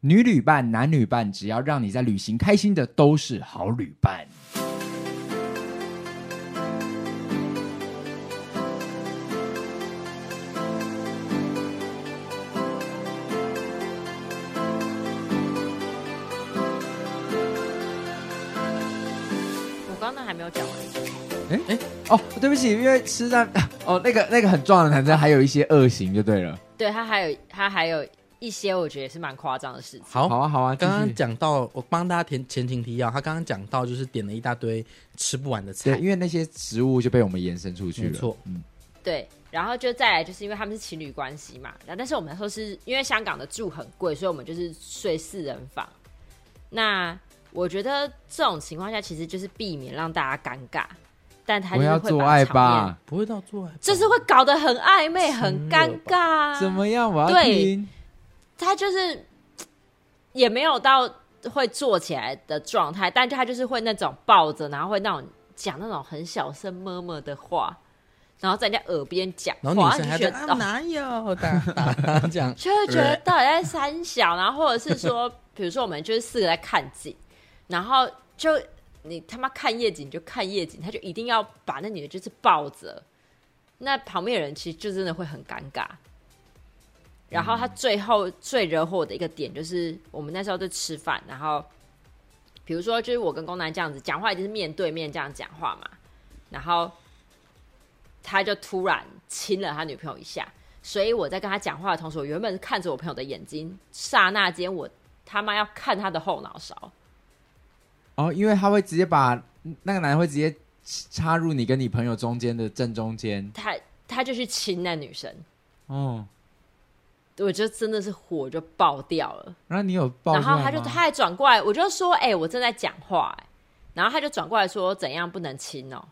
女旅伴、男女伴，只要让你在旅行开心的，都是好旅伴。我刚刚还没有讲完，哦，对不起，因为吃在 哦那个那个很壮的男生，还有一些恶行就对了。对他还有他还有一些我觉得也是蛮夸张的事情。好好，啊，好啊，哦刚继刚续讲到，我帮大家填前情提要，他刚刚讲到就是点了一大堆吃不完的对，菜，因为那些食物就被我们延伸出去了。没错嗯，对，然后就再来就是因为他们是情侣关系嘛，然后但是我们说是因为香港的住很贵，所以我们就是睡四人房。那我觉得这种情况下其实就是避免让大家尴尬，但他我就是要会做把爱场面，吧？不会到做爱吧，就是会搞得很暧昧、很尴尬啊。怎么样？我要对听。他就是也没有到会坐起来的状态，但就他就是会那种抱着，然后会那种讲那种很小声么么的话，然后在人家耳边讲话，然后女生你还觉在得啊哦哪有打打打这样，就会觉得到底在三小，然后或者是说，比如说我们就是四个在看景，然后就你他妈看夜景你就看夜景，他就一定要把那女的就是抱着，那旁边的人其实就真的会很尴尬。然后他最后最惹火的一个点就是，我们那时候在吃饭，然后比如说就是我跟宫南这样子讲话，就是面对面这样讲话嘛，然后他就突然亲了他女朋友一下，所以我在跟他讲话的同时，我原本看着我朋友的眼睛，刹那间我他妈要看他的后脑勺。哦，因为他会直接把那个男人会直接插入你跟你朋友中间的正中间。他他就去亲那女生，哦，我就真的是火就爆掉了。然后你有抱然出来吗？后他就他还转过来，我就说：“哎、我正在讲话、哎。”然后他就转过来说：“怎样不能亲 哦？”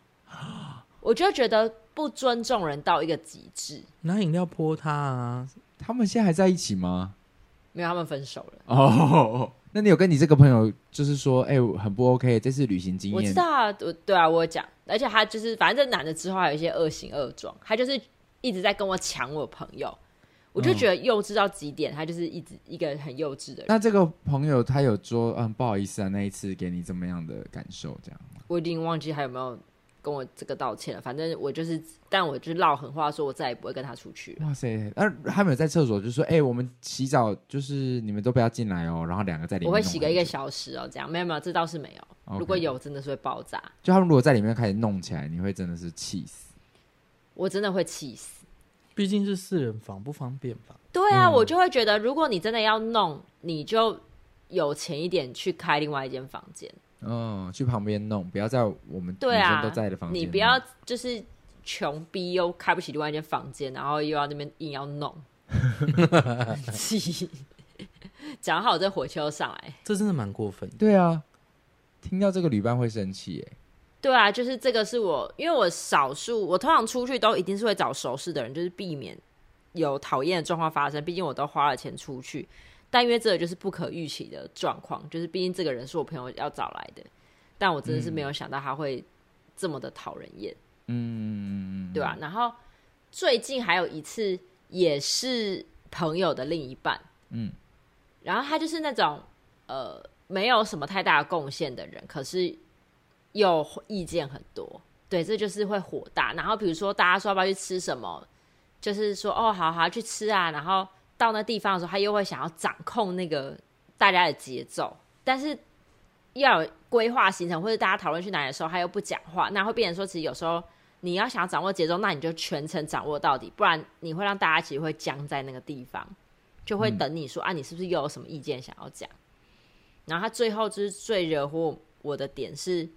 我就觉得不尊重人到一个极致。拿饮料泼他啊，他们现在还在一起吗？没有，他们分手了。哦，那你有跟你这个朋友就是说，哎、我很不 OK，这次旅行经我知验。道啊，我对啊，我有讲，而且他就是，反正这男的之后还有一些恶行恶状，他就是一直在跟我抢我朋友，我就嗯觉得幼稚到极点，他就是一直一个很幼稚的人。那这个朋友他有说，嗯，不好意思啊，那一次给你怎么样的感受？这样我已经忘记还有没有跟我这个道歉了，反正我就是，但我就唠狠话说，我再也不会跟他出去了。哇塞！那他们有在厕所就说：“哎、我们洗澡，就是你们都不要进来哦。”然后两个在里面我弄很会久，洗个一个小时哦，这样没有没有，这倒是没有。 OK 如果，有，真的是会爆炸，就他们如果在里面开始弄起来，你会真的是气死。我真的会气死。毕竟是四人房，不方便吧？对啊，嗯我就会觉得，如果你真的要弄，你就有钱一点去开另外一间房间。嗯，去旁边弄，不要在我们对女啊，生都在的房间弄。嗯你不要就是穷逼又开不起另外一间房间，然后又要那边硬要弄， 气。讲好这火球上来，这真的蛮过分的。对啊，听到这个旅伴会生气耶。对啊，就是这个是我，因为我少数，我通常出去都一定是会找熟识的人，就是避免有讨厌的状况发生。毕竟我都花了钱出去，但因为这个就是不可预期的状况，就是毕竟这个人是我朋友要找来的，但我真的是没有想到他会这么的讨人厌。嗯，对吧、啊然后最近还有一次也是朋友的另一半，嗯，然后他就是那种呃没有什么太大的贡献的人，可是又意见很多，对，这就是会火大。然后比如说大家说要不要去吃什么，就是说哦好好去吃啊，然后到那地方的时候，他又会想要掌控那个大家的节奏，但是要有规划行程或者大家讨论去哪里的时候，他又不讲话，那会变成说，其实有时候你要想要掌握节奏，那你就全程掌握到底，不然你会让大家其实会僵在那个地方，就会等你说、啊，你是不是又有什么意见想要讲？然后他最后就是最惹火我的点是，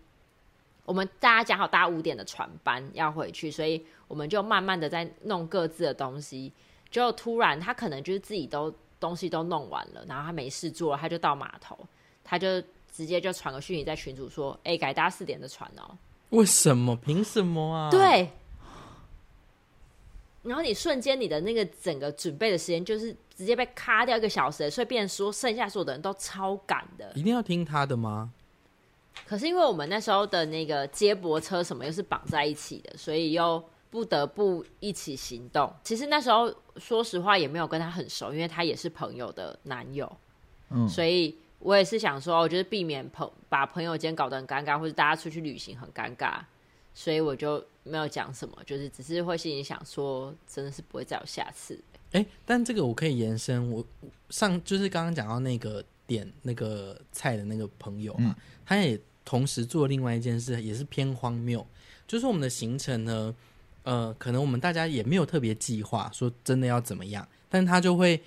我们大家讲好大家五点的船班要回去，所以我们就慢慢的在弄各自的东西，就突然他可能就是自己都东西都弄完了，然后他没事做了，他就到码头，他就直接就传个讯息在群主说：“哎、改搭四点的船哦。为什么？凭什么啊？，对。然后你瞬间你的那个整个准备的时间就是直接被卡掉一个小时，所以变成说剩下所有的人都超赶的。一定要听他的吗？可是因为我们那时候的那个接驳车什么又是绑在一起的，所以又不得不一起行动。其实那时候说实话也没有跟他很熟，因为他也是朋友的男友，嗯，所以我也是想说，哦我就是避免朋把朋友间搞得很尴尬，或者大家出去旅行很尴尬，所以我就没有讲什么，就是只是会心里想说，真的是不会再有下次。哎，但这个我可以延伸，我我上就是刚刚讲到那个点那个菜的那个朋友嘛，他也同时做另外一件事，也是偏荒谬，就是我们的行程呢，呃，可能我们大家也没有特别计划说真的要怎么样，但他就会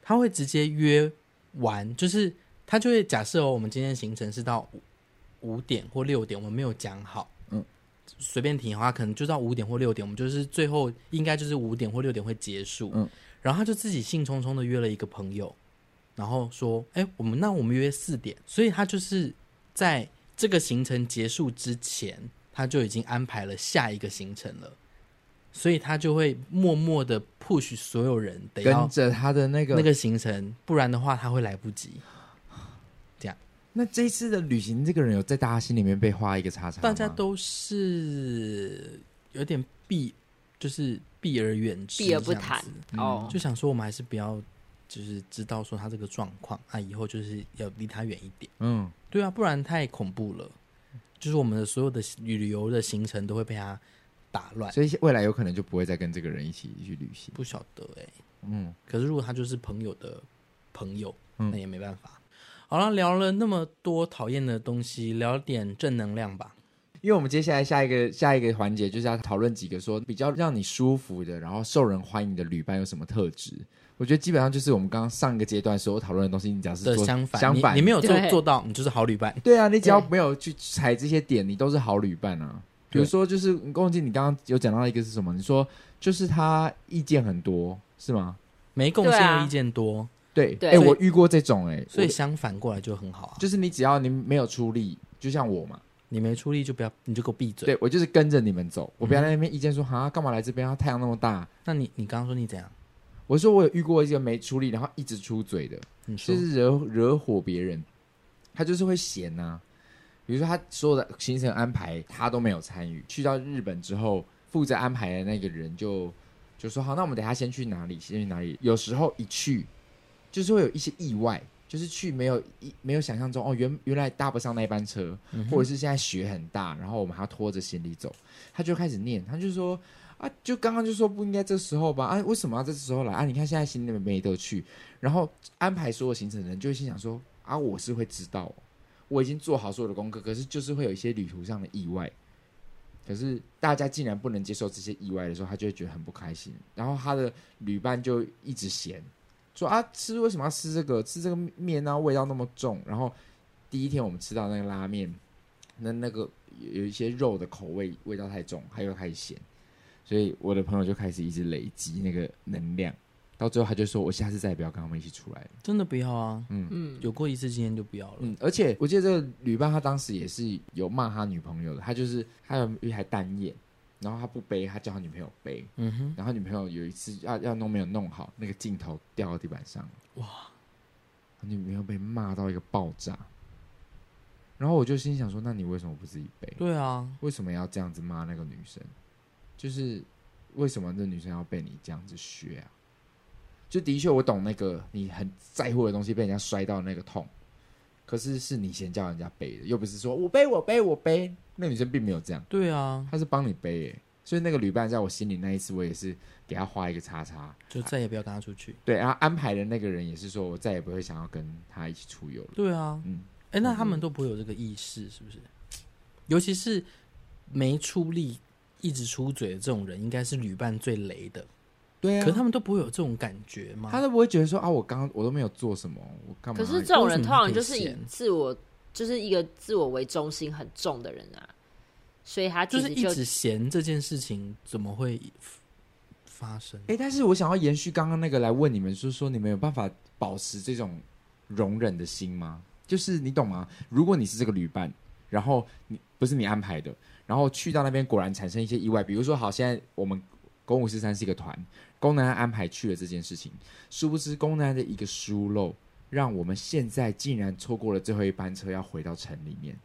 他会直接约完，就是他就会假设哦，我们今天行程是到五五点或六点，我们没有讲好，嗯嗯，随便提的话，可能就到五点或六点，我们就是最后应该就是五点或六点会结束，嗯嗯，然后他就自己兴冲冲的约了一个朋友，然后说，哎、我们那我们约四点，所以他就是在这个行程结束之前，他就已经安排了下一个行程了。所以他就会默默的 push 所有人得要跟着他的那个那个行程，不然的话他会来不及。那这一次的旅行，这个人有在大家心里面被画一个叉叉吗大家都是有点避，就是避而远之，避而不谈这样子哦，嗯就想说我们还是不要，就是知道说他这个状况啊，以后就是要离他远一点。嗯，对啊，不然太恐怖了，就是我们的所有的旅游的行程都会被他打乱。所以未来有可能就不会再跟这个人一起去旅行。不晓得哎、嗯，可是如果他就是朋友的朋友，嗯那也没办法。好了，聊了那么多讨厌的东西，聊点正能量吧。因为我们接下来下一个下一个环节就是要讨论几个说比较让你舒服的，然后受人欢迎的旅伴有什么特质。我觉得基本上就是我们刚刚上一个阶段所有讨论的东西，你只要是的做相反，相反你你没有做对做到，你就是好旅伴。对啊，你只要对没有去踩这些点，你都是好旅伴啊。比如对说，就是龚进，你刚刚有讲到一个是什么？你说就是他意见很多，是吗？没贡对献啊又意见多，对，对哎、我遇过这种哎、所以我相反过来就很好啊。就是你只要你没有出力，就像我嘛，你没出力就不要，你就给我闭嘴。对我就是跟着你们走，我不要在那边意见说哈，干嘛来这边啊？太阳那么大。那你你刚刚说你怎样？我说我有遇过一个没出力，然后一直出嘴的，你说就是惹惹火别人，他就是会闲呐、啊比如说他所有的行程安排他都没有参与，去到日本之后，负责安排的那个人就就说好，那我们等一下先去哪里，先去哪里。有时候一去就是会有一些意外，就是去没有一没有想象中哦，原原来搭不上那班车，嗯或者是现在雪很大，然后我们还要拖着行李走，他就开始念，他就说。啊，就刚刚就说不应该这时候吧？啊，为什么要这时候来？啊，你看现在行李没得去，然后安排所有行程的人就会心想说：啊，我是会知道哦、我已经做好所有的功课，可是就是会有一些旅途上的意外。可是大家竟然不能接受这些意外的时候，他就会觉得很不开心。然后他的旅伴就一直嫌说：啊，吃为什么要吃这个？吃这个面啊，味道那么重。然后第一天我们吃到那个拉面，那那个有有一些肉的口味味道太重，还有太咸，所以我的朋友就开始一直累积那个能量。到最后，他就说：“我下次再也不要跟他们一起出来了。”真的不要啊，嗯，有过一次经验就不要了。嗯，而且我记得这个旅伴他当时也是有骂他女朋友的，他就是他有一台单眼，然后他不背，他叫他女朋友背，嗯哼，然后女朋友有一次要要弄没有弄好，那个镜头掉到地板上，哇，他女朋友被骂到一个爆炸，然后我就心想说，那你为什么不自己背？对啊，为什么要这样子骂那个女生？就是为什么这女生要被你这样子削啊？就的确，我懂那个你很在乎的东西被人家摔到那个痛，可是是你先叫人家背的，又不是说我背我背我背。那女生并没有这样，对啊，她是帮你背耶。所以那个旅伴在我心里那一次，我也是给他画一个叉叉。就再也不要跟他出去。对，然后安排的那个人也是说，我再也不会想要跟他一起出游了。对啊，嗯，哎，那他们都不会有这个意识，是不是？尤其是没出力、一直出嘴的这种人，应该是旅伴最雷的。对啊可是他们都不会有这种感觉吗？他都不会觉得说啊，我刚我都没有做什么，我干嘛？可是这种人为什通么常可以就是以闲自我，就是一个自我为中心很重的人啊，所以他其就实是一直嫌这件事情怎么会发生？哎、但是我想要延续刚刚那个来问你们，就是说你们有办法保持这种容忍的心吗？就是你懂吗？如果你是这个旅伴，然后你不是你安排的，然后去到那边果然产生一些意外，比如说好，现在我们公五十三是一个团，宫南安排去了这件事情，殊不知宫南的一个疏漏，让我们现在竟然错过了最后一班车要回到城里面。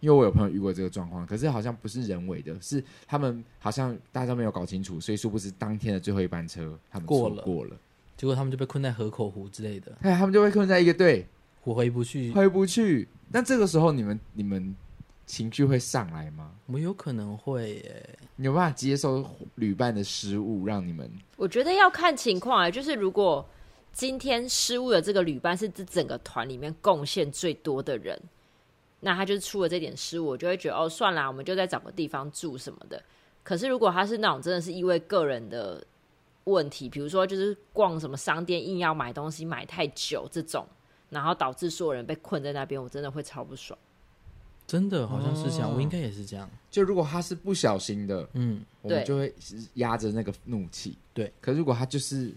因为我有朋友遇过这个状况，可是好像不是人为的，是他们好像大家没有搞清楚，所以殊不知当天的最后一班车他们错过了过了，结果他们就被困在河口湖之类的，哎，他们就会困在一个队，我回不去，回不去。那这个时候你们你们情绪会上来吗？我有可能会耶，你有办法接受旅伴的失误，让你们我觉得要看情况啊、就是如果今天失误的这个旅伴是这整个团里面贡献最多的人，那他就是出了这点失误，我就会觉得哦，算啦，我们就再找个地方住什么的。可是如果他是那种真的是因为个人的问题，比如说就是逛什么商店硬要买东西买太久这种，然后导致所有人被困在那边，我真的会超不爽。真的好像是这样，哦我应该也是这样，就如果他是不小心的，嗯，我们对就会压着那个怒气。对，可如果他就是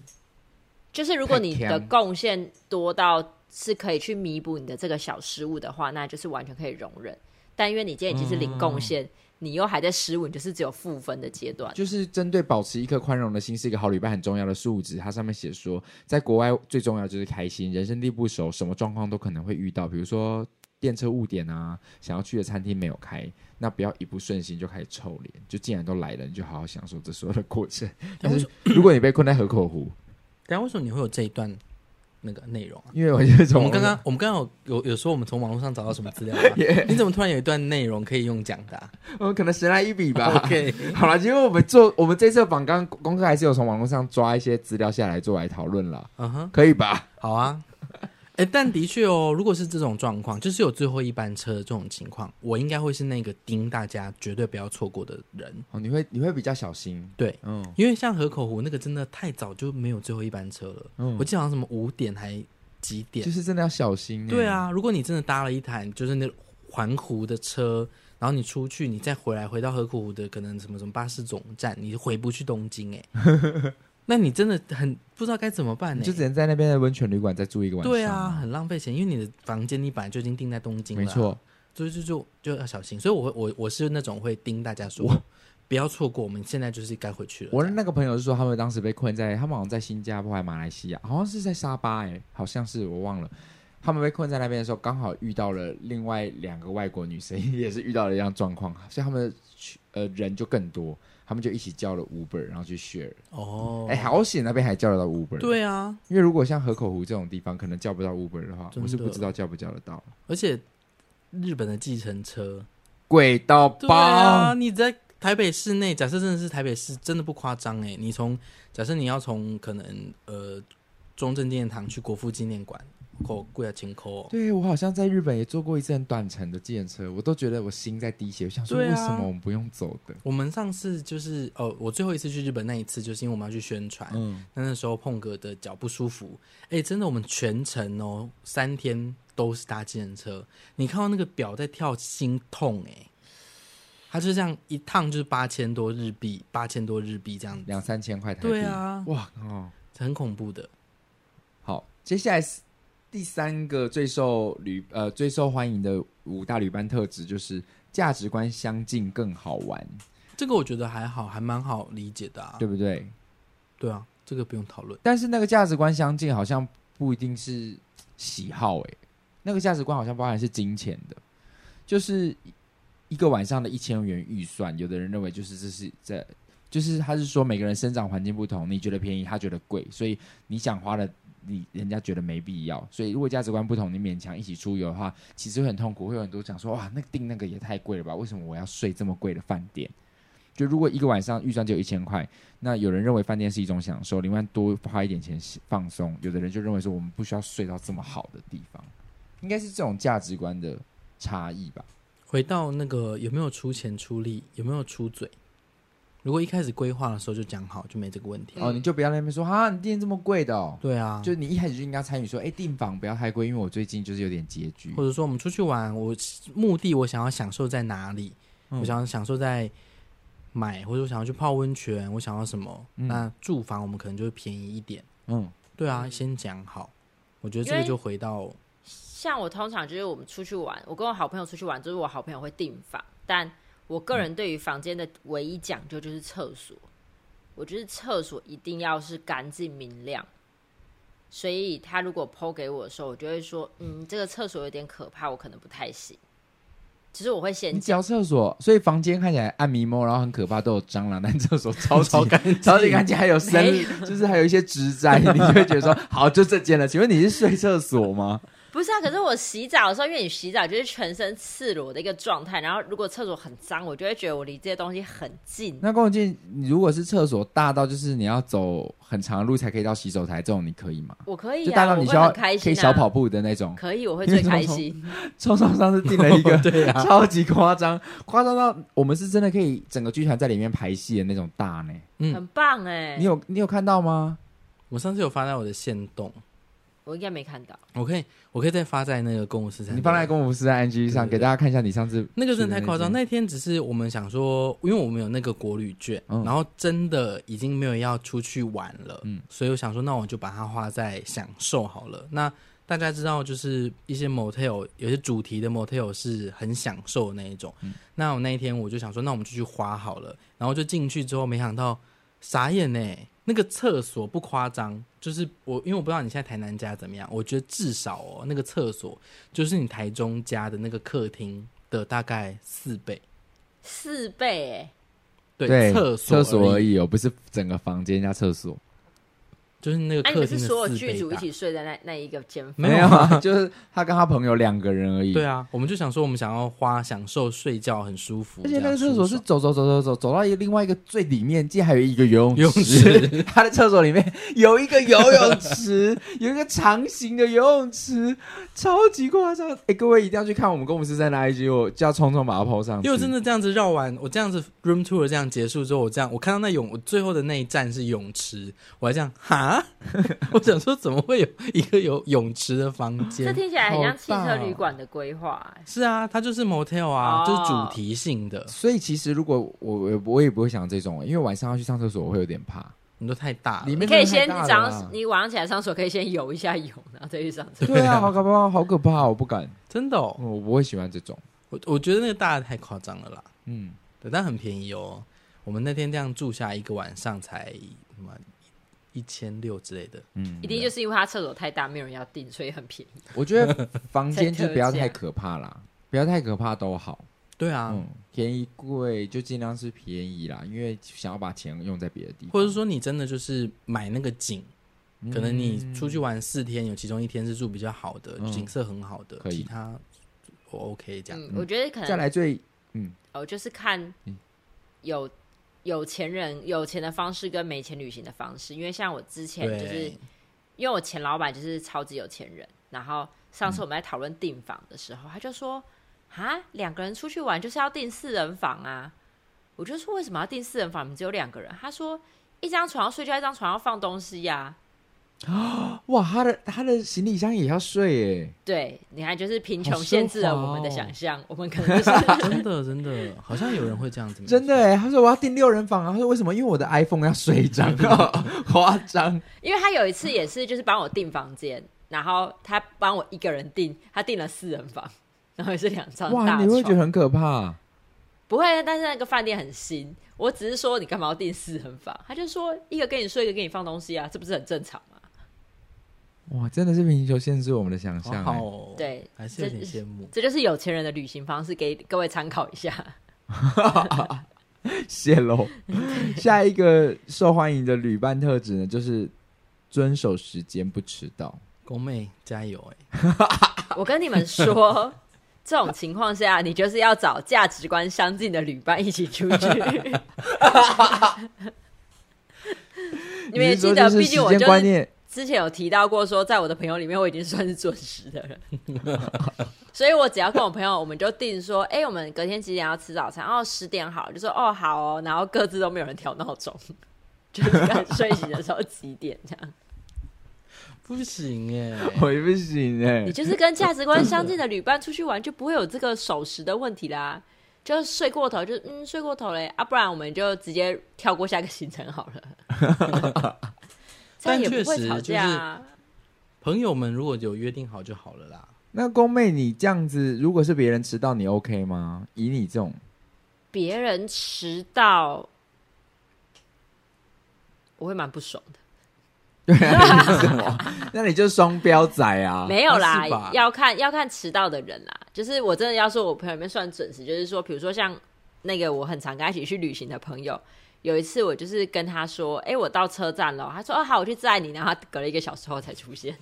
就是如果你太的强贡献多到是可以去弥补你的这个小失误的话，那就是完全可以容忍。但因为你今天已经是零贡献，你又还在失误，你就是只有负分的阶段。就是针对保持一颗宽容的心是一个好旅伴很重要的素质。它上面写说，在国外最重要的就是开心，人生地不熟，什么状况都可能会遇到，比如说电车误点啊，想要去的餐厅没有开，那不要一不顺心就开始臭脸，就既然都来了，你就好好享受这所有的过程。 但是如果你被困在河口湖，但为什么你会有这一段那个内容啊？因为我就是我从 们刚刚我们刚刚有有有说我们从网络上找到什么资料吗？你怎么突然有一段内容可以用讲的啊、我们可能神来一笔吧。 OK， 好了，结果我们做我们这次的访纲功课还是有从网络上抓一些资料下来做来讨论了，嗯哼，可以吧？好啊。哎、但的确哦，如果是这种状况，就是有最后一班车这种情况，我应该会是那个盯大家绝对不要错过的人。哦，你会你会比较小心，对，嗯因为像河口湖那个真的太早就没有最后一班车了，嗯我记得好像什么五点还几点就？是真的要小心、欸。对，啊，如果你真的搭了一台就是那环湖的车，然后你出去，你再回来回到河口湖的可能什么什么巴士总站，你回不去东京哎、 那你真的很不知道该怎么办你呢、就只能在那边的温泉旅馆再住一个晚上。对啊，，很浪费钱，因为你的房间你本来就已经定在东京了，啊没，错。所以就就就要小心。所以我会我我是那种会盯大家说，不要错过，我们现在就是该回去了。我的那个朋友是说，他们当时被困在，他们好像在新加坡还马来西亚，好像是在沙巴、欸，好像是我忘了。他们被困在那边的时候，刚好遇到了另外两个外国女生， 也是遇到了一样状况，所以他们的去呃人就更多，他们就一起叫了 Uber，然后去 share。哦，哎、好险那边还叫得到 Uber。，对啊，因为如果像河口湖这种地方，可能叫不到 Uber 的话，真的我是不知道叫不叫得到。而且日本的计程车，贵到对爆！啊，你在台北市内，假设真的是台北市，真的不夸张哎。你从假设你要从可能呃中正纪念堂去国父纪念馆，够贵啊，千扣哦。对我好像在日本也坐过一次很短程的计程车，我都觉得我心在滴血，我想说对为啊什么我们不用走的？我们上次就是哦，我最后一次去日本那一次，就是因为我们要去宣传，嗯，那那时候碰哥的脚不舒服，哎、真的，我们全程哦三天都是搭计程车，你看到那个表在跳，心痛哎、他就这样一趟就是八千多日币，八千多日币这样子，两三千块台币，对，啊，哇哦，很恐怖的。好，接下来是第三个最受旅呃最受欢迎的五大旅伴特质就是价值观相近更好玩，这个我觉得还好，还蛮好理解的啊。对不对？对啊，这个不用讨论。但是那个价值观相近好像不一定是喜好、欸，那个价值观好像包含是金钱的，就是一个晚上的一千元预算，有的人认为就是这是在，就是他是说每个人生长环境不同，你觉得便宜，他觉得贵，所以你想花的。你人家觉得没必要，所以如果价值观不同，你勉强一起出游的话，其实会很痛苦，会有很多讲说哇，那订那个也太贵了吧？为什么我要睡这么贵的饭店？就如果一个晚上预算只有一千块，那有人认为饭店是一种享受，另外多花一点钱放松；有的人就认为说我们不需要睡到这么好的地方，应该是这种价值观的差异吧。回到那个有没有出钱出力，有没有出嘴？如果一开始规划的时候就讲好，就没这个问题。哦，你就不要在那边说啊，你订这么贵的、哦，对啊，就你一开始就应该参与说，哎，订房不要太贵，因为我最近就是有点拮据或。者说我们出去玩，我目的我想要享受在哪里？嗯我想要享受在买，或者我想要去泡温泉，我想要什么？嗯那住房我们可能就会便宜一点。嗯，对啊，嗯先讲好。我觉得这个因为就回到 像我通常就是我们出去玩，我跟我好朋友出去玩，就是我好朋友会订房，但我个人对于房间的唯一讲究就是厕所，我觉得厕所一定要是干净明亮。所以他如果剖给我的时候，我就会说，嗯，这个厕所有点可怕，我可能不太行。其实我会先你只要厕所，所以房间看起来暗迷蒙，然后很可怕，都有蟑螂，但厕所超级干净超级干净，还有生没，就是还有一些植栽，你就会觉得说，好，就这间了。请问你是睡厕所吗？不是啊，可是我洗澡的时候，因为你洗澡就是全身赤裸的一个状态，然后如果厕所很脏，我就会觉得我离这些东西很近。那宫崎骏，你如果是厕所大到就是你要走很长的路才可以到洗手台，这种你可以吗？我可以、啊，就大到你需要我会很开心、啊，可以小跑，步的那种。可以，我会最 开心。冲上上次订了 一个 对啊超级夸张，夸张到我们是真的可以整个剧团在里面排戏的那种大呢。嗯很棒哎、你有你有看到吗？我上次有发在我的线动，我应该没看到，我可以，我可以再发在那个公务私餐。你放在公务室在 IG 上，对对对给大家看一下你上次那个真的去太夸张。间那天只是我们想说，因为我们有那个国旅券，嗯然后真的已经没有要出去玩了，嗯所以我想说，那我就把它花在享受好了。那大家知道，就是一些 motel 有些主题的 motel 是很享受的那一种。那我那一天我就想说，那我们就去花好了。然后就进去之后，没想到傻眼呢、欸那个厕所不夸张，就是我，因为我不知道你现在台南家怎么样，我觉得至少哦，那个厕所就是你台中家的那个客厅的大概四倍，四倍哎、对厕厕所而而已，已哦，不是整个房间加厕所。就是那个哎、你客们厅是的所有四剧倍组一大。嗯起睡在那那一个间房，没有有啊，就是他跟他朋友两个人而已。对啊，我们就想说，我们想要花享受睡觉，很舒服。而且嗯这那样个厕所是舒爽走走走走走走到一个另外一个最里面，竟然还有一个游泳游泳池。 他的厕所里面有一个游泳池， 有一个长形的游泳池，超级夸张！哎、各位一定要去看我们公司在的 IG，我叫聪聪把它 PO 上去。因为我真的这样子绕完，我这样子 room tour 这样结束之后，我这样我看到那泳，我最后的那一站是泳池，我还这样哈， 我想说怎么会有一个有泳池的房这间？听起来很像汽好车大哦旅馆的规划、哎是啊，它就是 motel 啊，哦就是主题性的，所以其实如果我我我也不会想这种，因为晚上要去上厕所，我会有点怕。啊你都太大里了。面你可以真的先太大了早啦上，你晚上起来上厕所可以先游一下泳，然后再去上厕所。对啊，好可怕，好可怕，我不敢，真的哦，我不会喜欢这种。我我觉得那个大的太夸张了啦，嗯，对，但很便宜哦。我们那天这样住下一个晚上才什么一千六之类的，嗯一定就是因为他厕所太大，没有人要订，所以很便宜。我觉得房间就不要太在特价可怕啦，不要太可怕都好。对啊，嗯，便宜贵就尽量是便宜啦，因为想要把钱用在别的地方，或者说你真的就是买那个景，可能你出去玩四天，有其中一天是住比较好的，嗯景色很好的，可以其他我 OK 这样。嗯，我觉得可再能来最哦，就是看嗯有有钱人有钱的方式跟没钱旅行的方式，因为像我之前就是 对，因为我前老板就是超级有钱人，然后上嗯次我们在讨论订房的时候，他就说啊，两个人出去玩就是要订四人房啊。我就说为什么要订四人房？你们只有两个人。他说一张床要睡觉，一张床要放东西呀、哇，他的他的行李箱也要睡耶，对，你看，就是贫好穷奢限制了华我们的哦想象，我们可能就是真的真的，好像有人会这样子，真的哎，他说我要订六人房啊，他说为什么？因为我的 iPhone 要睡一 张，夸张，因为他有一次也是就是帮我订房间，然后他帮我一个人订，他订了四人房，然后也是两张大哇，床。你会觉得很可怕，不会？但是那个饭店很新，我只是说你干嘛要订四人房？他就说一个给你睡，一个给你放东西啊，这不是很正常吗？哇，真的是贫穷限制我们的想好象好哎。哦，对还是有点羡慕。这就是有钱人的旅行方式，给各位参考一下。 泄 露。下一个受欢迎的旅伴特质呢，就是遵守时间不迟到。宫妹加油哎，我跟你们说，这种情况下，你就是要找价值观相近的旅伴一起出 去。你们也是记说得，就毕是竟时我间就观是念，之前有提到过说，在我的朋友里面，我已经算是准时的人，所以我只要跟我朋友，我们就定说，哎、我们隔天几点要吃早餐？哦，十点好了，就说哦好哦，然后各自都没有人调闹钟， 就是看睡醒的时候几点这样。不行 哎，我也不行哎、你就是跟价值观相近的旅伴出去玩，就不会有这个守时的问题啦。就睡过头，就嗯睡过头嘞啊，不然我们就直接跳过下一个行程好了。这样也不会吵架、啊。朋友们如果有约定好就好了啦。那宫妹，你这样子，如果是别人迟到，你 OK 吗？以你这种，别人迟到，我会蛮不爽的。对 啊，你是什么？那你就是双标仔啊！没有啦是吧，要看要看迟到的人啦。啊就是我真的要说，我朋友里面算准时，就是说，比如说像那个我很常跟他一起去旅行的朋友，有一次我就是跟他说，哎、我到车站了，他说，哦，好，我去载你，然后他隔了一个小时后才出现。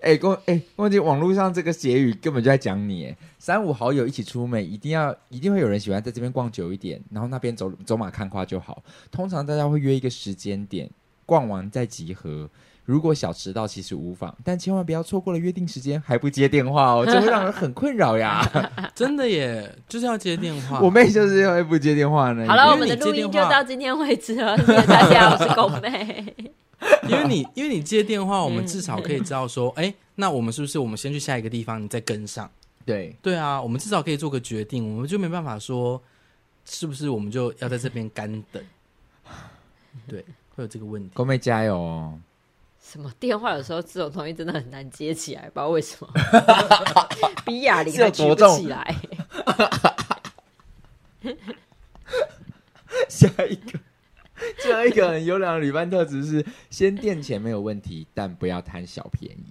哎、欸，公哎，公姐，网络上这个结语根本就在讲你哎，三五好友一起出门，一定要一定会有人喜欢在这边逛久一点，然后那边走走马看花就好。通常大家会约一个时间点，逛完再集合。如果小迟到其实无妨，但千万不要错过了约定时间还不接电话哦，这会让人很困扰 呀。真的耶，就是要接电 话。我妹就是会不接电话呢。好了，因为我们的你接录音就电话到今天为止了，谢谢大家，我是狗妹。 因为你因为你接电话，我嗯们至少可以知道说，哎、那我们是不是我们先去下一个地方，你再跟上？对，对啊，我们至少可以做个决定，我们就没办法说是不是我们就要在这边干 等。对，会有这个问题。公妹加油哦！什么电话有时候这种东西真的很难接起来，不知道为什么， 比哑铃还举不起来。 下一个，最后一个很优良的旅伴特质是：先垫钱没有问题，但不要贪小便宜。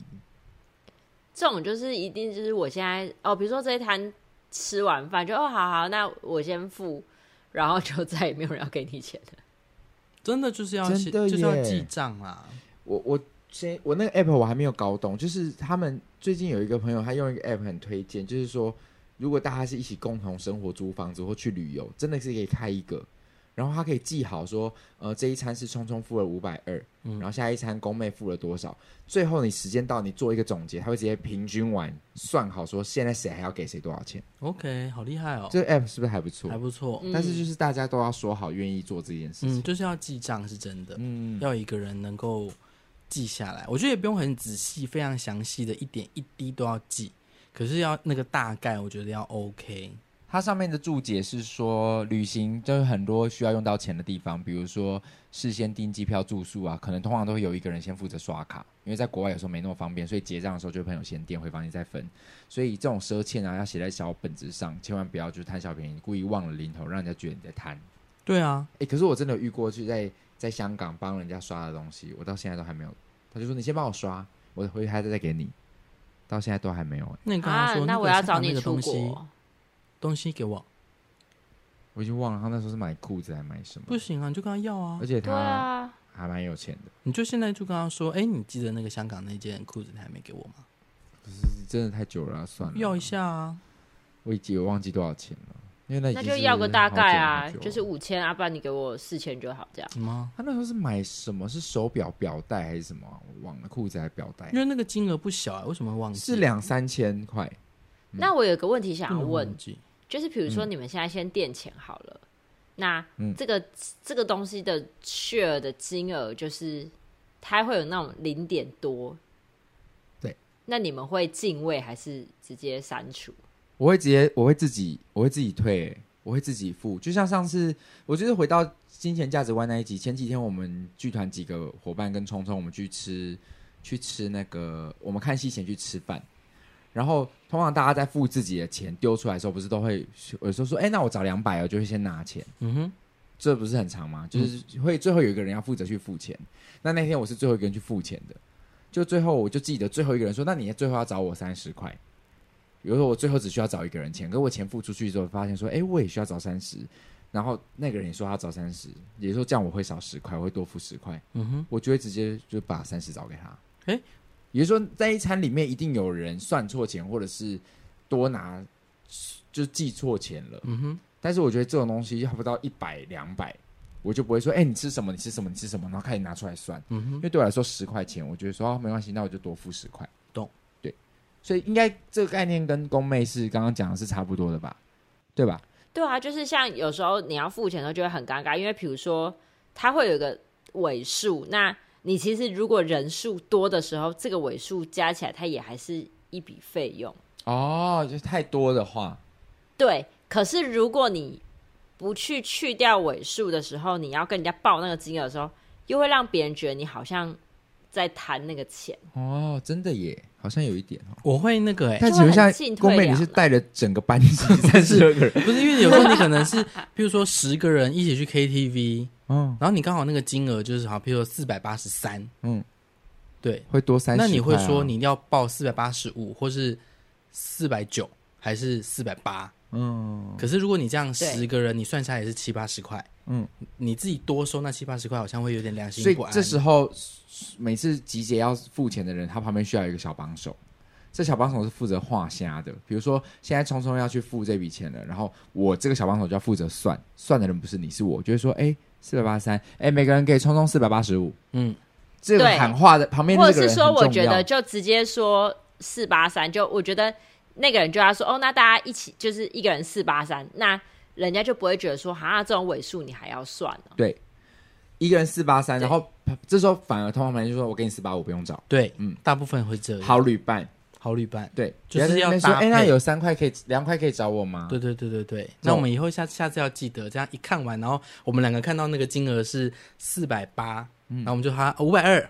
这种就是一定就是我现在哦，比如说这一摊吃完饭就哦，好好，那我先付，然后就再也没有人要给你钱了。真的就是要真记的就是要耶记账啦。我我先我那个 app 我还没有搞懂，就是他们最近有一个朋友，他用一个 app 很推荐，就是说如果大家是一起共同生活、租房子或去旅游，真的是可以开一个，然后他可以记好说，呃，这一餐是聪聪付了五百二，然后下一餐公妹付了多少，最后你时间到，你做一个总结，他会直接平均完算好说现在谁还要给谁多少钱。 OK，好厉害哦，这个 app 是不是还不错还？不错。嗯但是就是大家都要说好愿意做这件事嗯，情。就是要记账是真的，嗯，要一个人能够记下来。我觉得也不用很仔细，非常详细的一点一滴都要记，可是要那个大概，我觉得要 OK。它上面的注解是说，旅行就是很多需要用到钱的地方，比如说事先订机票、住宿啊，可能通常都会有一个人先负责刷卡，因为在国外有时候没那么方便，所以结账的时候就会朋友先垫，回房间再分。所以这种赊欠啊，要写在小本子上，千万不要就是贪小便宜，故意忘了零头，让人家觉得你在贪。对啊，哎、可是我真的有遇过，去在在香港帮人家刷的东西，我到现在都还没有。他就说你先帮我刷，我回去还再再给你，到现在都还没有、欸。那你刚刚啊说、，那个我要香港找你那个出东西，国，东西给我我已经忘了他那时候是买裤子还买什么不，行啊，你就跟他要啊而，且对他啊，还蛮有钱的。你就现在就跟他说，哎、你记得那个香港那件裤子你还没给我吗？真的太久了啊、算了，要一，下啊，我已经我忘记多少钱了，因为那已那经就是要个大概好啊久好久，了就是五千啊，不然你给我四千就好，这样。什么？他那时候是买什么？是手表、表带还是什么啊、我忘了，裤子还是表带因？为那个金额不小啊，为什么会忘记？是两三千块，嗯那我有个问题不想要能问，忘记，就是比如说你们现在先垫钱好了，那嗯这个、这个东西的 share 的金额就是它会有那种零点多，对，那你们会进位还是直接删除？我会直接，我会自己，我会自己退、我会自己付。就像上次，我就是回到金钱价值观那一集，前几天我们剧团几个伙伴跟聪聪，我们去吃去吃那个，我们看戏前去吃饭。然后通常大家在付自己的钱丢出来的时候，不是都会有时候说，哎，那我找两百，我就会先拿钱。嗯哼，这不是很长嗯吗？就是会最后有一个人要负责去付钱。那那天我是最后一个人去付钱的，就最后我就记得最后一个人说：“那你最后要找我三十块。”比如说我最后只需要找一个人钱，可我钱付出去之后发现说：“哎，我也需要找三十。”然后那个人也说他找三十，也说这样我会少十块，我会多付十块，嗯哼，我就会直接就把三十找给他。诶也就是说在一餐里面一定有人算错钱，或者是多拿就记错钱了。嗯哼。但是我觉得这种东西要不到一百两百，我就不会说，哎、你吃什么？你吃什么？你吃什么？然后开始拿出来算，嗯因哼，为对我来说十块钱，我觉得说、哦、没关系，那我就多付十块。懂？对，所以应该这个概念跟公妹是刚刚讲的是差不多的吧？对吧？对啊，就是像有时候你要付钱的时候就会很尴尬，因为比如说它会有一个尾数，那你其实如果人数多的时候，这个尾数加起来它也还是一笔费用。哦，就是太多的话，对，可是如果你不去去掉尾数的时候，你要跟人家报那个金额的时候，又会让别人觉得你好像在谈那个钱。哦，真的耶，好像有一点哦。我会那个哎、但就请问一很下进，退公妹，两你是难带了整个班级 三十二个人？ 不是因为有时候你可能是， 比如说十个人一起去 KTV，嗯，然后你刚好那个金额就是好，比如说四百八十三，嗯，对，会多三十、啊那你会说你要报四百八十五或是四百九，还是四百八。嗯可是如果你这样对十个人，你算下来也是七八十块，嗯，你自己多收那七八十块，好像会有点良所心以不安。这时候每次集结要付钱的人，他旁边需要有一个小帮手。这小帮手是负责画虾的，比如说现在聪聪要去付这笔钱了，然后我这个小帮手就要负责算，算的人不是你是我，就会说，哎，四百八十三，哎，每个人给聪聪四百八十五，嗯，这个对喊话的旁边或这者个人是很说，重我觉要得就直接说四八三，就我觉得那个人就要说哦，那大家一起就是一个人四八三，那人家就不会觉得说哈这种尾数你还要算哦。对，一个人四八三，对然后这时候反而通常朋友就说：“我给你四八五，不用找。对，嗯嗯，大部分会这”样。好旅伴，好旅伴，对，就是不在那边要说：“搭哎，那配有三块可以，两块可以找我吗？” 对对对对对。那那我我们以后下下次要记得，这样一看完，然后我们两个看到那个金额是四百八，嗯然后我们就哈五百二，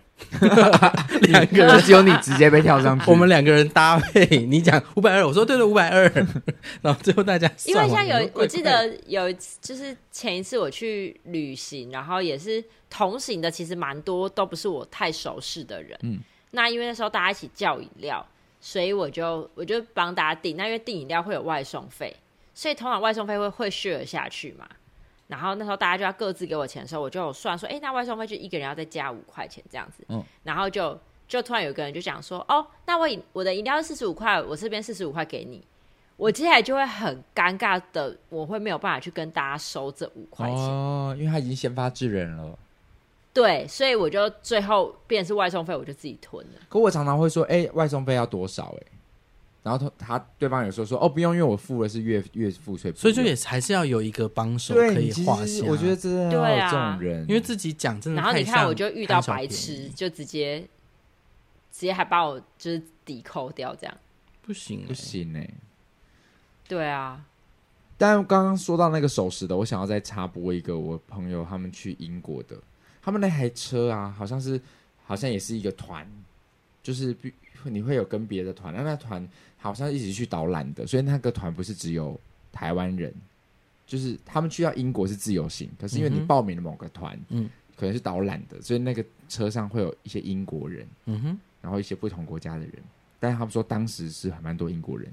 两个就人。只有你直接被跳上去。 我们两个人搭配，你讲五百二，我说对对五百二， 然后最后大家因为算像完有，我记，然后得有一次就是前一次我去旅行，然后也是同行的，其实蛮多都不是我太熟识的人。嗯那因为那时候大家一起叫饮料，所以我就我就帮大家订。那因为订饮料会有外送费，所以通常外送费会会 share 下去嘛。然后那时候大家就要各自给我钱的时候，我就有算说，哎，那外送费就一个人要再加五块钱这样子。嗯然后就就突然有一个人就讲说，哦，那我饮我的饮料四十五块，我这边四十五块给你。我接下来就会很尴尬的，我会没有办法去跟大家收这五块钱。哦，因为他已经先发制人了。对，所以我就最后变成是外送费，我就自己吞了。可我常常会说：“哎，外送费要多少？”哎，然后他他对方有时候说：“哦，不用，因为我付的是月月付税。”所以就也还是要有一个帮手可嗯对，你以其画实下。我觉得真的要对有啊这种人，因为自己讲真的然后太你像看，我就遇到贪小白便痴，宜，就直接直接还把我就是抵扣掉，这样。不行欸、不行哎。对啊，但刚刚说到那个守时的，我想要再插播一个我朋友他们去英国的，他们那台车啊，好像是好像也是一个团，就是必你会有跟别的团，那那团好像一起去导览的，所以那个团不是只有台湾人，就是他们去到英国是自由行，可是因为你嗯哼报名了某个团，嗯嗯，可能是导览的，所以那个车上会有一些英国人，嗯哼，然后一些不同国家的人，但是他们说当时是还蛮多英国人。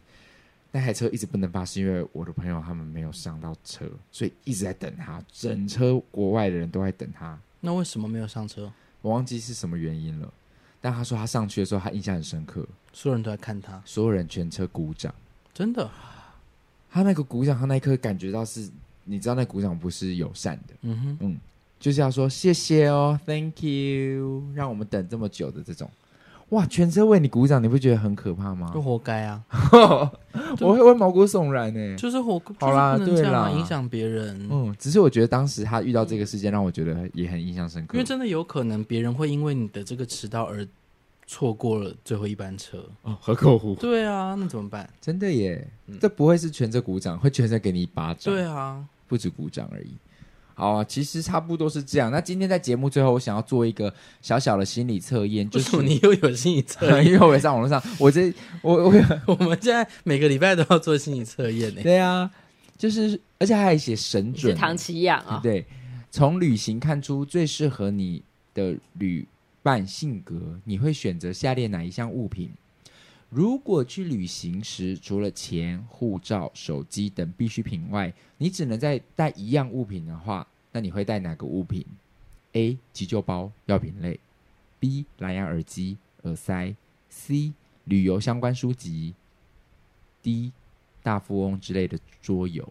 那台车一直不能发，是因为我的朋友他们没有上到车，所以一直在等他，整车国外的人都在等他，那为什么没有上车？我忘记是什么原因了。但他说他上去的时候，他印象很深刻，所有人都在看他，所有人全车鼓掌，真的，他那个鼓掌，他那一刻感觉到是，你知道那鼓掌不是友善的，嗯哼，就是要说谢谢哦，Thank you，让我们等这么久的这种，哇，全车为你鼓掌，你不觉得很可怕吗就？活该啊， 我会会毛骨悚然呢、就是活，就是好啦不能这样啊对啦影响别人，嗯，只是我觉得当时他遇到这个事件，让我觉得也很印象深刻。因为真的有可能别人会因为你的这个迟到而错过了最后一班车。哦，河口湖对啊，那怎么办？真的耶，这不会是全车鼓掌，会全车给你一巴掌，嗯对，啊，不止鼓掌而已。好啊，其实差不多是这样。那今天在节目最后，我想要做一个小小的心理测验，就为什是 么你又有心理测验？ 因为我也在网络上，我这我我有我们现在每个礼拜都要做心理测验欸呢。对啊，就是而且还写神你是准，唐奇阳啊、对，从旅行看出最适合你的旅伴性格，你会选择下列哪一项物品？如果去旅行时，除了钱、护照、手机等必需品外，你只能再带一样物品的话，那你会带哪个物品？A. 急救包、药品类；B. 蓝牙耳机、耳塞；C. 旅游相关书籍；D. 大富翁之类的桌游。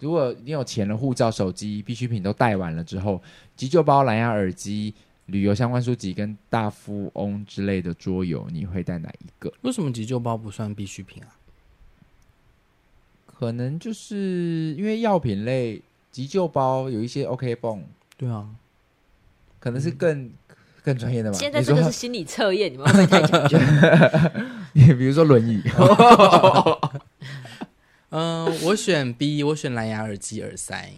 如果你有钱了，护照、手机、必需品都带完了之后，急救包、蓝牙耳机、旅游相关书籍跟大富翁之类的桌游，你会带哪一个？为什么急救包不算必需品啊？可能就是因为药品类，急救包有一些 OK 泵，对啊，可能是更、更专业的吧。现在这个是心理测验，你们会不会太讲究？你 说，比如说轮 椅，嗯、我选 B，我选蓝牙耳机耳塞。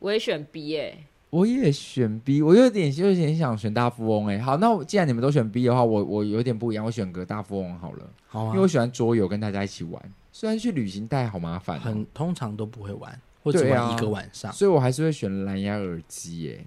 我也选 B 哎、我也选 B，我有点有点想选大富翁哎、好，那我既然你们都选 B 的话，我我有点不一样，我选个大富翁好了，好因啊为，我喜欢桌游，跟大家一起玩。虽然去旅行带好麻烦哦、很通常都不会玩，或者对啊玩一个晚上。所以我还是会选蓝牙耳机耶。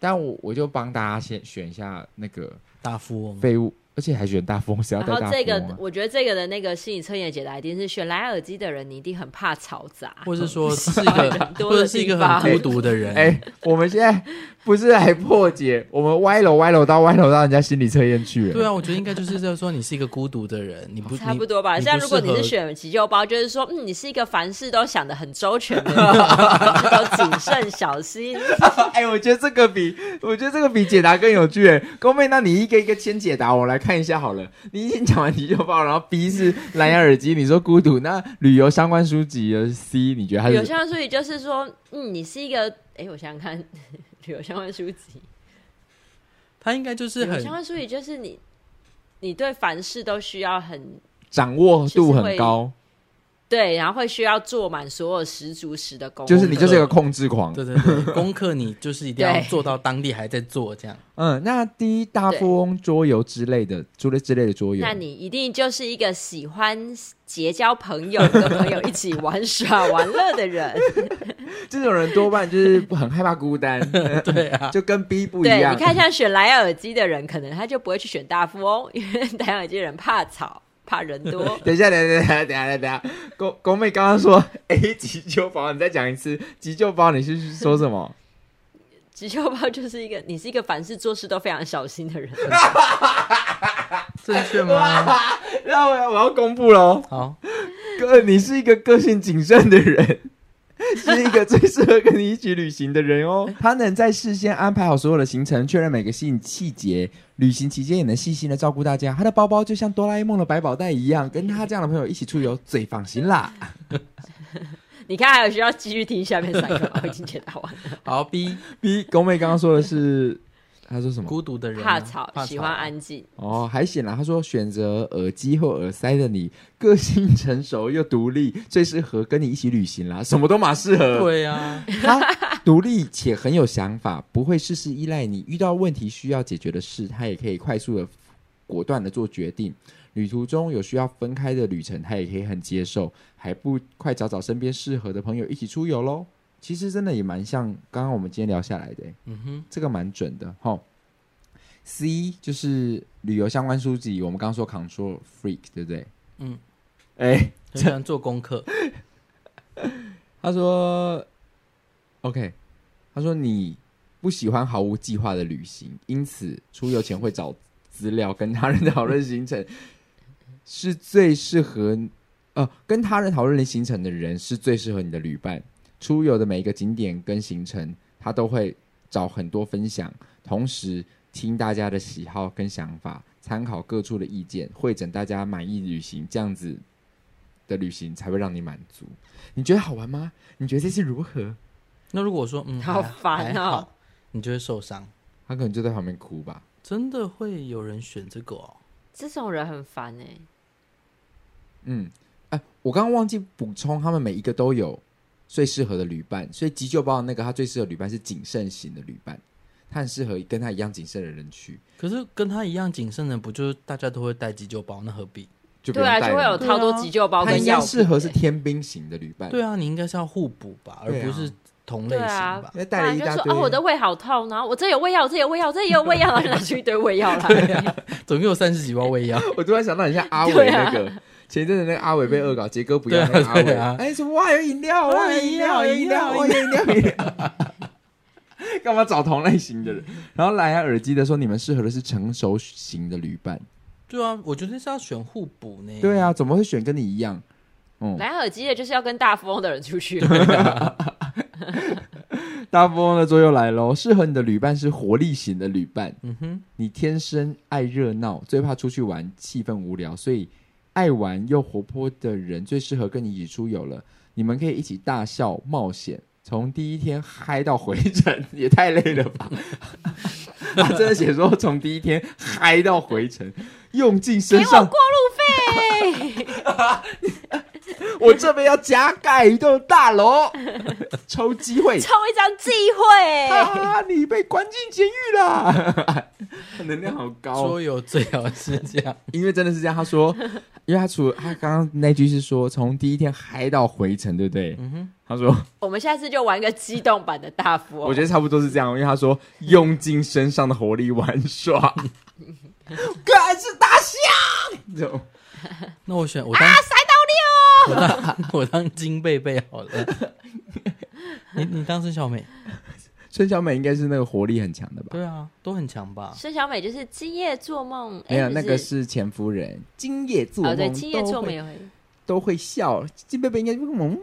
但我我就帮大家先选一下那个啊大富翁废物而且还选大风，谁要然带后大风、啊？这个，我觉得这个的那个心理测验的解答一定是选蓝牙耳机的人，你一定很怕嘈杂，或者说是一个很， 多或的者是一个很孤独的人。哎、我们现在不是来破解，我们歪楼歪楼到歪楼到人家心理测验去了。对啊，我觉得应该就是在说你是一个孤独的人，你不哦差不多吧。像如果你是，选急救包，就是说，嗯，你是一个凡事都想的很周全的人，都谨慎小心。哎、我觉得这个比我觉得这个比解答更有趣。公妹，那你一个一个先解答，我来看一下好了。你先讲完急救包，然后 B 是蓝牙耳机，你说孤独，那旅游相关书籍的 C，你觉得它旅游是相关书籍就是说，嗯，你是一个，哎，我想想看， 旅游相关书籍，他应该就是旅游相很关书籍就是你，你对凡事都需要很掌握度很高，对，然后会需要做满所有十足十的功课，就是你就是一个控制狂。对对对，功课你就是一定要对做到当地还在做这样。嗯，那 D 大富翁桌游之类的，除了之类的桌游，那你一定就是一个喜欢结交朋友、跟朋友一起玩耍、玩乐的人。这种人多半就是很害怕孤 单， 对啊，就跟 B 不一对，样。你看像选蓝牙耳机的人，可能他就不会去选大富翁， 因为蓝牙耳机的人怕吵、怕人 。多等一下，等一下，等一下，等一下，等一下。狗狗妹刚刚说 A 急救包，你再讲一次，急救包你是说什么？急救包就是一个，你是一个凡事做事都非常小心的人。 正确吗？ 那我要我要公布喽， 好， 哥，你是一个个性谨慎的 人。是一个最适合跟你一起旅行的人哦。他能在事先安排好所有的行程，确认每个细细节，旅行期间也能细心的照顾大家。他的包包就像哆啦 A 梦的百宝袋一样，跟他这样的朋友一起出游最放心 啦。你看，还有需要继续听下面三个吗？我已经解答完了。好 B B 宫妹刚刚说的是，他说什么？孤独的人啊 怕吵，喜欢啊安静。哦，还显然他说选择耳机或耳塞的你，个性成熟又独立，最适合跟你一起旅行啦，什么都蛮适合。对啊，他独立且很有想法，不会事事依赖你，遇到问题需要解决的事，他也可以快速的、果断的做决定。旅途中有需要分开的旅程，他也可以很接受，还不快找找身边适合的朋友一起出游喽？其实真的也蛮像刚刚我们今天聊下来的、欸嗯哼，这个蛮准的哈。C 就是旅游相关书籍，我们刚刚说 Control Freak 对不对？嗯，哎、很喜欢做功课。他说 OK，他说你不喜欢毫无计划的旅行，因此出游前会找资料跟他人讨论行程，是最适合呃跟他人讨论行程的人是最适合你的旅伴。出游的每一个景点跟行程，他都会找很多分享，同时听大家的喜好跟想法，参考各处的意见，会诊大家满意旅行，这样子的旅行才会让你满足。你觉得好玩吗？你觉得这次如何？那如果我说嗯，好还烦哦，还好你就会受伤。他可能就在旁边哭吧。真的会有人选这个哦？这种人很烦哎、嗯，哎、我刚刚忘记补充，他们每一个都有最适合的旅伴，所以急救包的那个他最适合的旅伴是谨慎型的旅伴，他很适合跟他一样谨慎的人去，可是跟他一样谨慎的，不就是大家都会带急救包？那何必？就不对用带了啊，就会有嘛超多急救包他跟应药该品适合是欸天兵型的旅伴，对啊，你应该是要互补吧，而对啊不是同类对型啊吧，因？哎为带了一大不然就堆。说哦，我的胃好痛，然后我这有胃药，我这有胃药，我这也有胃药，然后就拿出一堆 胃药来。啊 总共有三十几包胃药，我突然想到，你像阿伟那个、前一阵子那个阿伟被恶搞，杰哥不要那对啊个阿伟，对啊哎、什么哇有饮料，哇哇有有饮饮料，料有饮料，哇有饮料， 有饮料。干嘛找同类型的人？然后蓝牙耳机的说，你们适合的是成熟型的旅伴。对啊，我觉得是要选互补呢。对，啊，怎么会选跟你一样？嗯，蓝牙耳机的就是要跟大富翁的人出去， 大富翁的桌又来喽，适合你的旅伴是活力型的旅伴。嗯哼，你天生爱热闹，最怕出去玩气氛无聊，所以爱玩又活泼的人最适合跟你一起出游了。你们可以一起大笑冒险，从第一天嗨到回程， 也太累了吧？ 他真的写说从第一天嗨到回程，用尽身上，过路费。我这边要加盖一栋大楼，抽机会。 抽一张机会。 啊！你被关进监狱啦！ 能量好高哦桌游最好是这 样，因为真的是这样，他说，因为他除了他刚刚那句是说从第一天嗨到回程，对不对？嗯哼，他说，我们下次就玩个机动版的大富翁。我觉得差不多是这样，因为他说用尽身上的活力玩耍，敢吃大象，这种那我选我啊当、我当 我当金贝贝好了。 你你当孙小美？孙小美应该是那个活力很强的吧？对啊，都很强吧？孙小美就是今夜做梦，哎没有，不那个是前夫人。今夜做哦，梦，对，今夜做都梦会也会。都会笑。金贝贝应该就是萌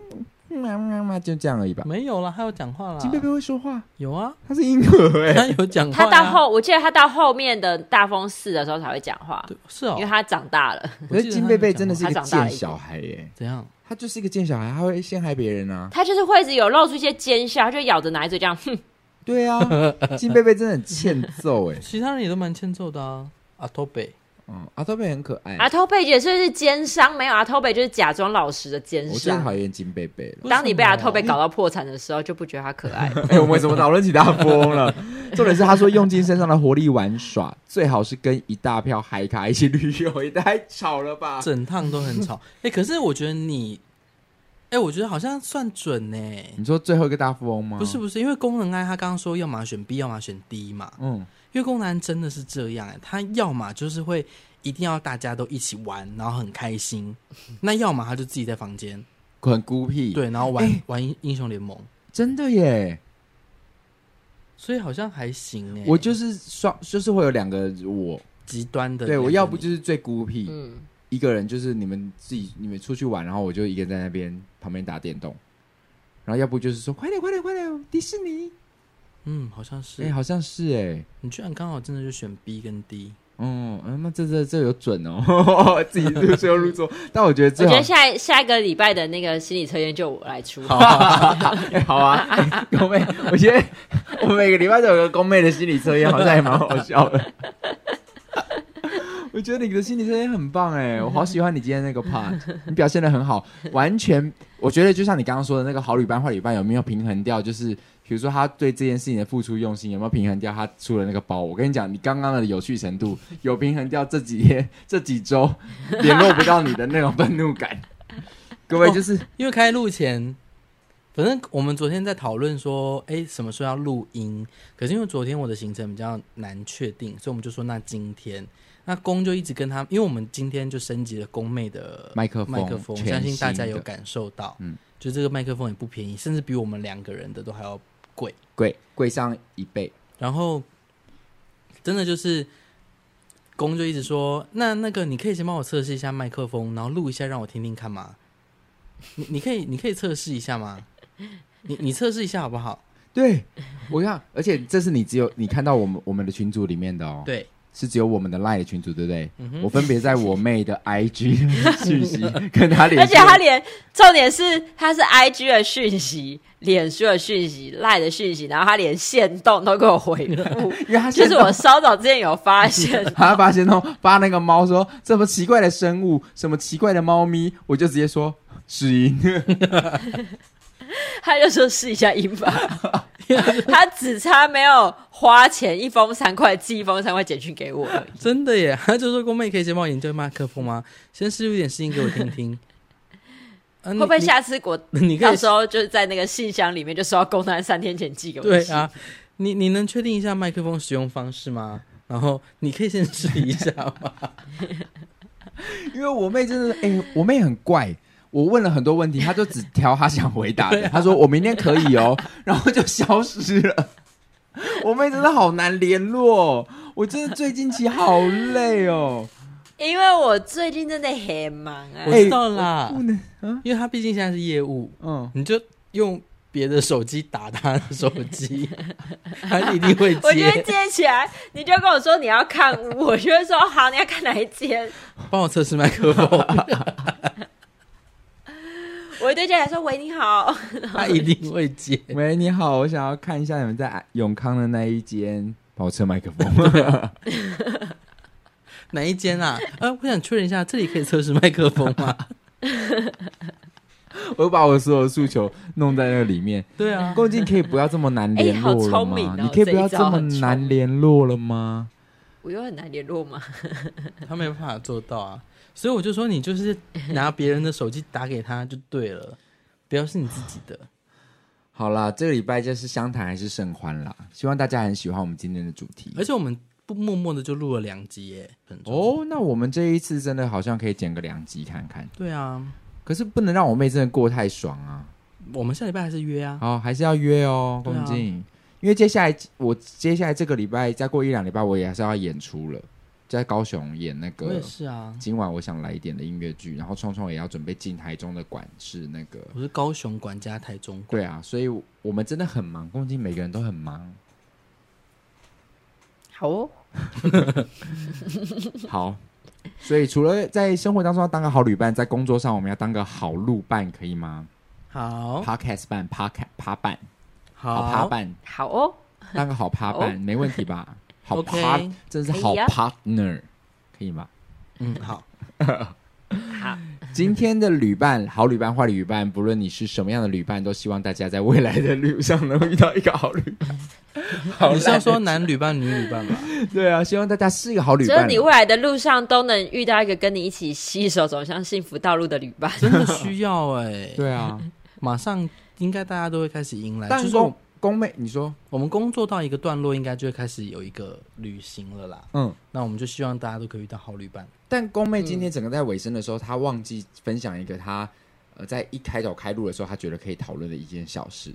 嘛嘛嘛，就这样而已吧。没有啦，她有讲话啦。金贝贝会说话，有啊，她是婴儿哎、她有讲话、他啊。到后，我记得他到后面的大风四的时候才会讲话，对是哦因为，他长大了。我觉得金贝贝真的是一个她长大贱了一点小孩耶、怎样？她就是一个贱小孩，她会陷害别人 啊。他就是会一直有露出一些奸笑，他就咬着奶嘴这样，哼，对啊，金贝贝真的很欠揍 哎、其他人也都蛮欠揍的啊。阿托北，嗯，阿托贝很可爱，阿托贝也算是奸商，没有阿托贝就是假装老实的奸我啊最商。讨厌金贝贝了。 当你被阿托贝为什搞到破产的时候，就不觉得他可爱了。哎、我们怎么讨论起大富翁 了？重点是他说用尽身上的活力玩耍，最好是跟一大票嗨咖一起旅游，也太吵了吧 么？整趟都很 吵。哎、可是我觉得你，哎、我觉得好像算准呢、你说最后一个大富翁吗？不是不是，因为功能爱他刚刚说要么选 B，要么选 D 嘛。嗯，因为功能真的是这样、欸，他要么就是会一定要大家都一起玩，然后很 开心；那要么他就自己在房间，很孤僻，，对，然后玩、哎玩英英雄联盟，真的耶。所以好像还行哎、我就是双，就是会有两个我，极端的那对个你，我要不就是最孤僻，嗯，一个人就是你们自己你们出去玩，然后我就一个人在那边旁边打电动，然后要不就是说快点快点快点迪士尼，嗯，好像是、哎、好像是哎、你居然刚好真的就选 B 跟 D，哦，嗯，那这这这有准哦， 自己入错入错，但我觉得我最觉好得下一下一个礼拜的那个心理测验就我来出。哎、 好啊，哎宫、妹，我觉得我每个礼拜都有个宫妹的心理测验，好像也蛮好笑 的。我觉得你的心理测验很棒哎、 我好喜欢你今天那个 part，你表现的很好，完全我觉得就像你刚刚说的那个好旅伴坏旅伴有没有平衡掉，就是比如说他对这件事情的付出用心有没有平衡掉他出了那个包，我跟你讲，你刚刚的有趣程度有平衡掉这几天 这几周联络不到你的那种愤怒感，各位就是、因为开录前，反正我们昨天在讨论说，哎、什么时候要录音？可是因为昨天我的行程比较难确定，所以我们就说那今天。那公就一直跟他，因为我们今天就升级了公妹的麦克风麦克风，全相信大家新的有感受到，嗯嗯，就这个麦克风也不便宜，甚至比我们两个人的都还要贵。贵贵上一倍。然后真的就是公就一直说，那那个你可以先帮我测试一下麦克风，然后录一下让我听听看吗？你你可以你可以测试一下吗？你你测试一下好不好？对，我看，而且这是你只有你看到我们我们的群组里面的哦，，对，是只有我们的 Line 的群组，对不对？嗯我分别在我妹 的 IG 讯息跟她联 而系，且他连重点是他是 I G 的讯息、脸书的讯息、赖的讯息，然后他连线动都给我回复，因为她就现是在我稍早之前有发现， 她发现哦，发那个猫说这么奇怪的生物，什么奇怪的猫咪，我就直接说是因，他就说试一下音吧，他只差没有花钱一封三块寄一封三块简讯给我而已。真的耶！他就说公妹可以先帮我研究麦克风吗？先试录一点声音给我听听。啊、会 你不会下次我你你可到以时候就是在那个信箱里面就收到公单三天前寄给我？对，啊？你你能确定一下麦克风使用方式吗？然后你可以先试一下吗？因为我妹真的，哎、我妹很怪。我问了很多问题，她就只挑她想回答啊的。她说我明天可以哦， 然后就消失了。我妹真的好难联络，哦我真的最近期好累哦。因为我最近真的很忙啊我，知道啦，不能，嗯因为他毕竟现在是业务，嗯，你就用别的手机打他的手机，他一定会我就会接。接起来，你就跟我说你要看屋，我就会说好，你要看哪一 间？帮我测试麦克风，我对接来说喂你好，他一定会接。喂，你好，我想要看一下你们在永康的那一间，帮我测麦克风。 哪一间啊？呃，我想确认一下，这里可以测试麦克风吗？我把我所有诉求弄在那里面。对啊，郭靖可以不要这么难联络哎了吗？好聪明哦你可以不要这么难联络了吗？我又很难联络吗？他没办法做到啊，所以我就说你就是拿别人的手机打给他就对了，不要是你自己的。好啦，这个礼拜就是相谈还是甚欢啦，希望大家很喜欢我们今天的主题。而且我们不默默的就录了两集耶，很重。哦，那我们这一次真的好像可以剪个两集看看，对啊，可是不能让我妹真的过太爽啊！我们下礼拜还是约啊。好，还是要约哦，对龚啊静，因为接下来我接下来这个礼拜再过一两礼拜，我也还是要演出了，在高雄演那我也个。是啊，今晚我想来一点的音乐剧，然后聪聪也要准备进台中的管制那个。我是高雄管家台中管，对啊，所以我们真的很忙，龚静每个人都很忙。好哦， 好，所以除了在生活当中要当个好旅伴，在工作上我们要当个好路伴，可以吗好？Podcast 伴，Podcast 趴伴，好趴好伴，好哦，当个好趴伴，没问题吧？好 OK 趴，真是好可以啊 partner，可以吗？嗯好，好，今天的旅伴，好旅伴、坏旅伴，不论你是什么样的旅伴，都希望大家在未来的路上能遇到一个好旅伴。好你是要啦说男旅伴女旅伴 吧？对啊，希望大家是一个好旅只有伴。你未来的路上都能遇到一个跟你一起携手走向幸福道路的旅伴。真的需要哎，对啊，马上应该大家都会开始迎来，就但是我宫宫妹，你说，我们工作到一个段落，应该就会开始有一个旅行了啦。嗯，那我们就希望大家都可以遇到好旅伴。但宫妹今天整个在尾声的时候，她忘记分享一个她呃在一开头开录的时候，她觉得可以讨论的一件小事，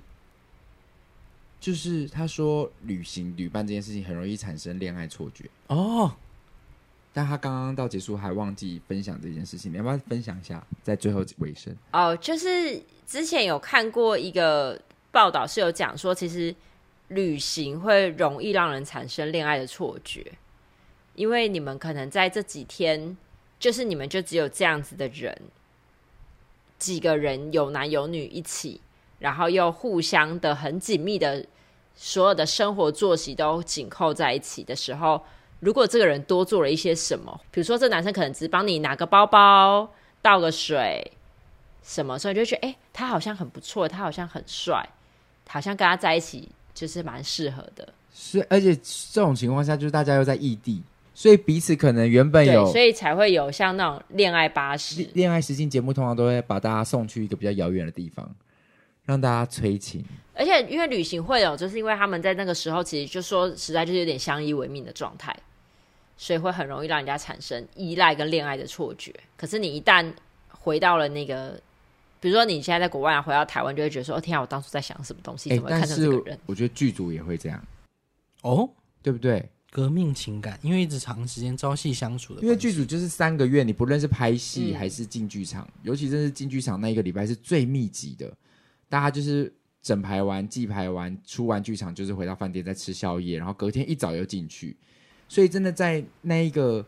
就是她说旅行旅伴这件事情很容易产生恋爱错觉，哦，但她刚刚到结束还忘记分享这件事情，你要不要分享一下？在最后尾声，哦，就是之前有看过一个报道，是有讲说，其实旅行会容易让人产生恋爱的错觉，因为你们可能在这几天，就是你们就只有这样子的人，几个人有男有女一起，然后又互相的很紧密的，所有的生活作息都紧扣在一起的时候。如果这个人多做了一些什么，比如说这男生可能只帮你拿个包包、倒个水，什么，所以就觉得哎、诶他好像很不错，他好像很帅，好像跟他在一起就是蛮适合的。是而且这种情况下就是大家又在异地，所以彼此可能原本对，哎有所以才会有像那种恋爱巴士恋。恋爱实境节目，通常都会把大家送去一个比较遥远的地方，让大家催情。而且因为旅行会有，就是因为他们在那个时候其实就说实在就是有点相依为命的状态，所以会很容易让人家产生依赖跟恋爱的错觉。可是你一旦回到了那个。比如说你现在在国外、啊、回到台湾，就会觉得说：“哦天啊，我当初在想什么东西？哎、怎么会但看上这是个人我觉得剧组也会这样，哦，对不对？革命情感，因为一直长时间朝夕相处的关系，因为剧组就是三个月，你不论是拍戏嗯还是进剧场，尤其真是进剧场那一个礼拜是最密集的，大家就是整排完、记排完、出完剧场就是回到饭店再吃宵夜，然后隔天一早又进去，所以真的在那一个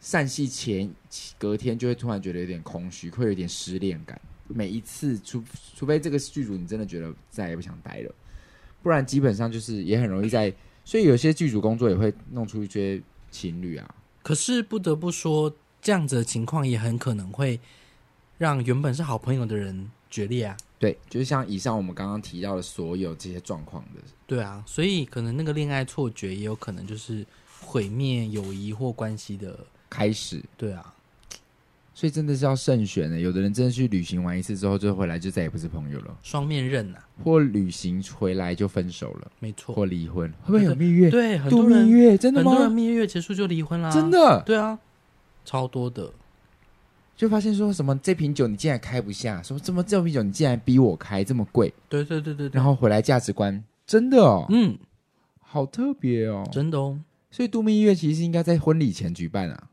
散戏前隔天就会突然觉得有点空虚，会有点失恋感。每一次除除非这个剧组你真的觉得再也不想待了，不然基本上就是也很容易在，所以有些剧组工作也会弄出一些情侣啊。可是不得不说，这样子的情况也很可能会让原本是好朋友的人决裂啊。对，就是像以上我们刚刚提到的所有这些状况的，对啊，所以可能那个恋爱错觉也有可能就是毁灭友谊或关系的。开始，对啊，所以真的是要慎选的。有的人真的去旅行完一次之后就回来就再也不是朋友了，双面刃啊，或旅行回来就分手了，没错。或离婚，会不会有蜜月？对，很度多蜜人月真的很多人吗？蜜月结束就离婚啦，真。的对啊，超多的。就发现说什么这瓶酒你竟然开不下，说怎么这瓶酒你竟然逼我开这么贵，对对对对对。然后回来价值观真的哦，嗯，好特别哦。真的哦。所以度蜜月其实应该在婚礼前举办啊，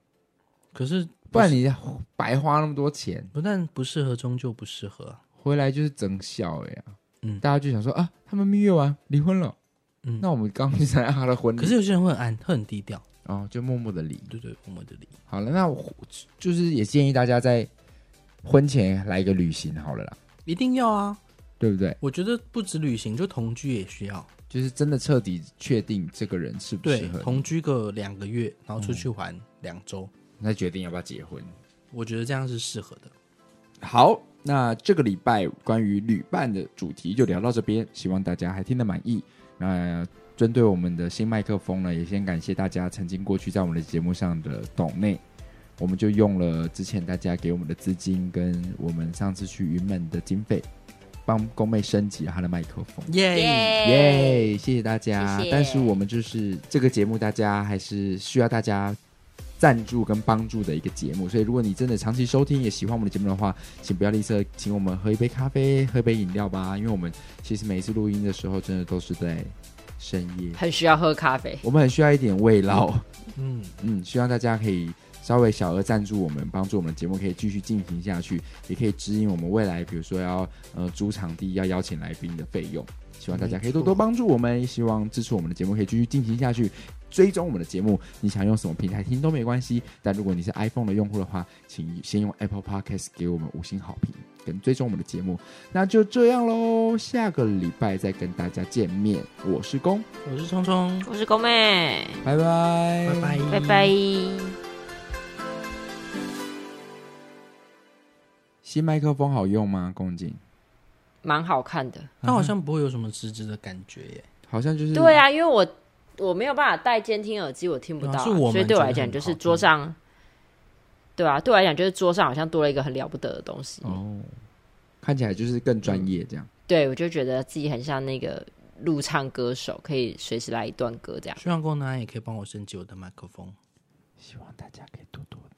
可是不然你白花那么多钱。不但不适合，终究不适合啊。回来就是整小哎呀、嗯大家就想说啊，他们蜜月完离婚了，嗯那我们刚去参加他的婚礼，可是有些人会很暗，会很低调。哦，就默默的离。对对，我们的理。好了，那我就是也建议大家在婚前来一个旅行好了啦，一定要啊！对不对？我觉得不止旅行，就同居也需要。就是真的彻底确定这个人适不适对，合同你，嗯居个两个月，然后出去玩两周，那决定要不要结婚。我觉得这样是适合的。好，那这个礼拜关于旅伴的主题就聊到这边，希望大家还听得满意。那针对我们的新麦克风呢，也先感谢大家曾经过去在我们的节目上的抖内，我们就用了之前大家给我们的资金跟我们上次去云门的经费，帮宫妹升级了她的麦克风。哎耶！耶！耶谢谢大家。谢谢但是我们就是这个节目，大家还是需要大家赞助跟帮助的一个节目。所以，如果你真的长期收听，也喜欢我们的节目的话，请不要吝啬，请我们喝一杯咖啡，喝一杯饮料吧。因为我们其实每一次录音的时候，真的都是在深夜，很需要喝咖啡，我们很需要一点慰劳。嗯，嗯，希望大家可以稍微小额赞助我们，帮助我们的节目可以继续进行下去，也可以指引我们未来，比如说要呃租场地、要邀请来宾的费用。希望大家可以多多帮助我们，也希望支持我们的节目可以继续进行下去。追踪我们的节目，你想用什么平台听都没关系。但如果你是 iPhone 的用户的话，请先用 Apple Podcast 给我们五星好评，跟追踪我们的节目。那就这样喽，下个礼拜再跟大家见面。我是公，我是聪聪，我是宫妹，拜拜，拜拜，拜拜。新麦克风好用吗？龚瑾，蛮好看的，它好像不会有什么实质的感觉耶，好像嗯就是对啊，因为我我没有办法戴监听耳机，我听不到啊、啊是我们所以对我来觉得讲很就是好嗯桌上，对啊，对我来讲就是桌上好像多了一个很了不得的东西，哦，看起来就是更专业这样。对我就觉得自己很像那个录唱歌手，可以随时来一段歌这样。啊希望功能也可以帮我升级我的麦克风。希望大家可以多多的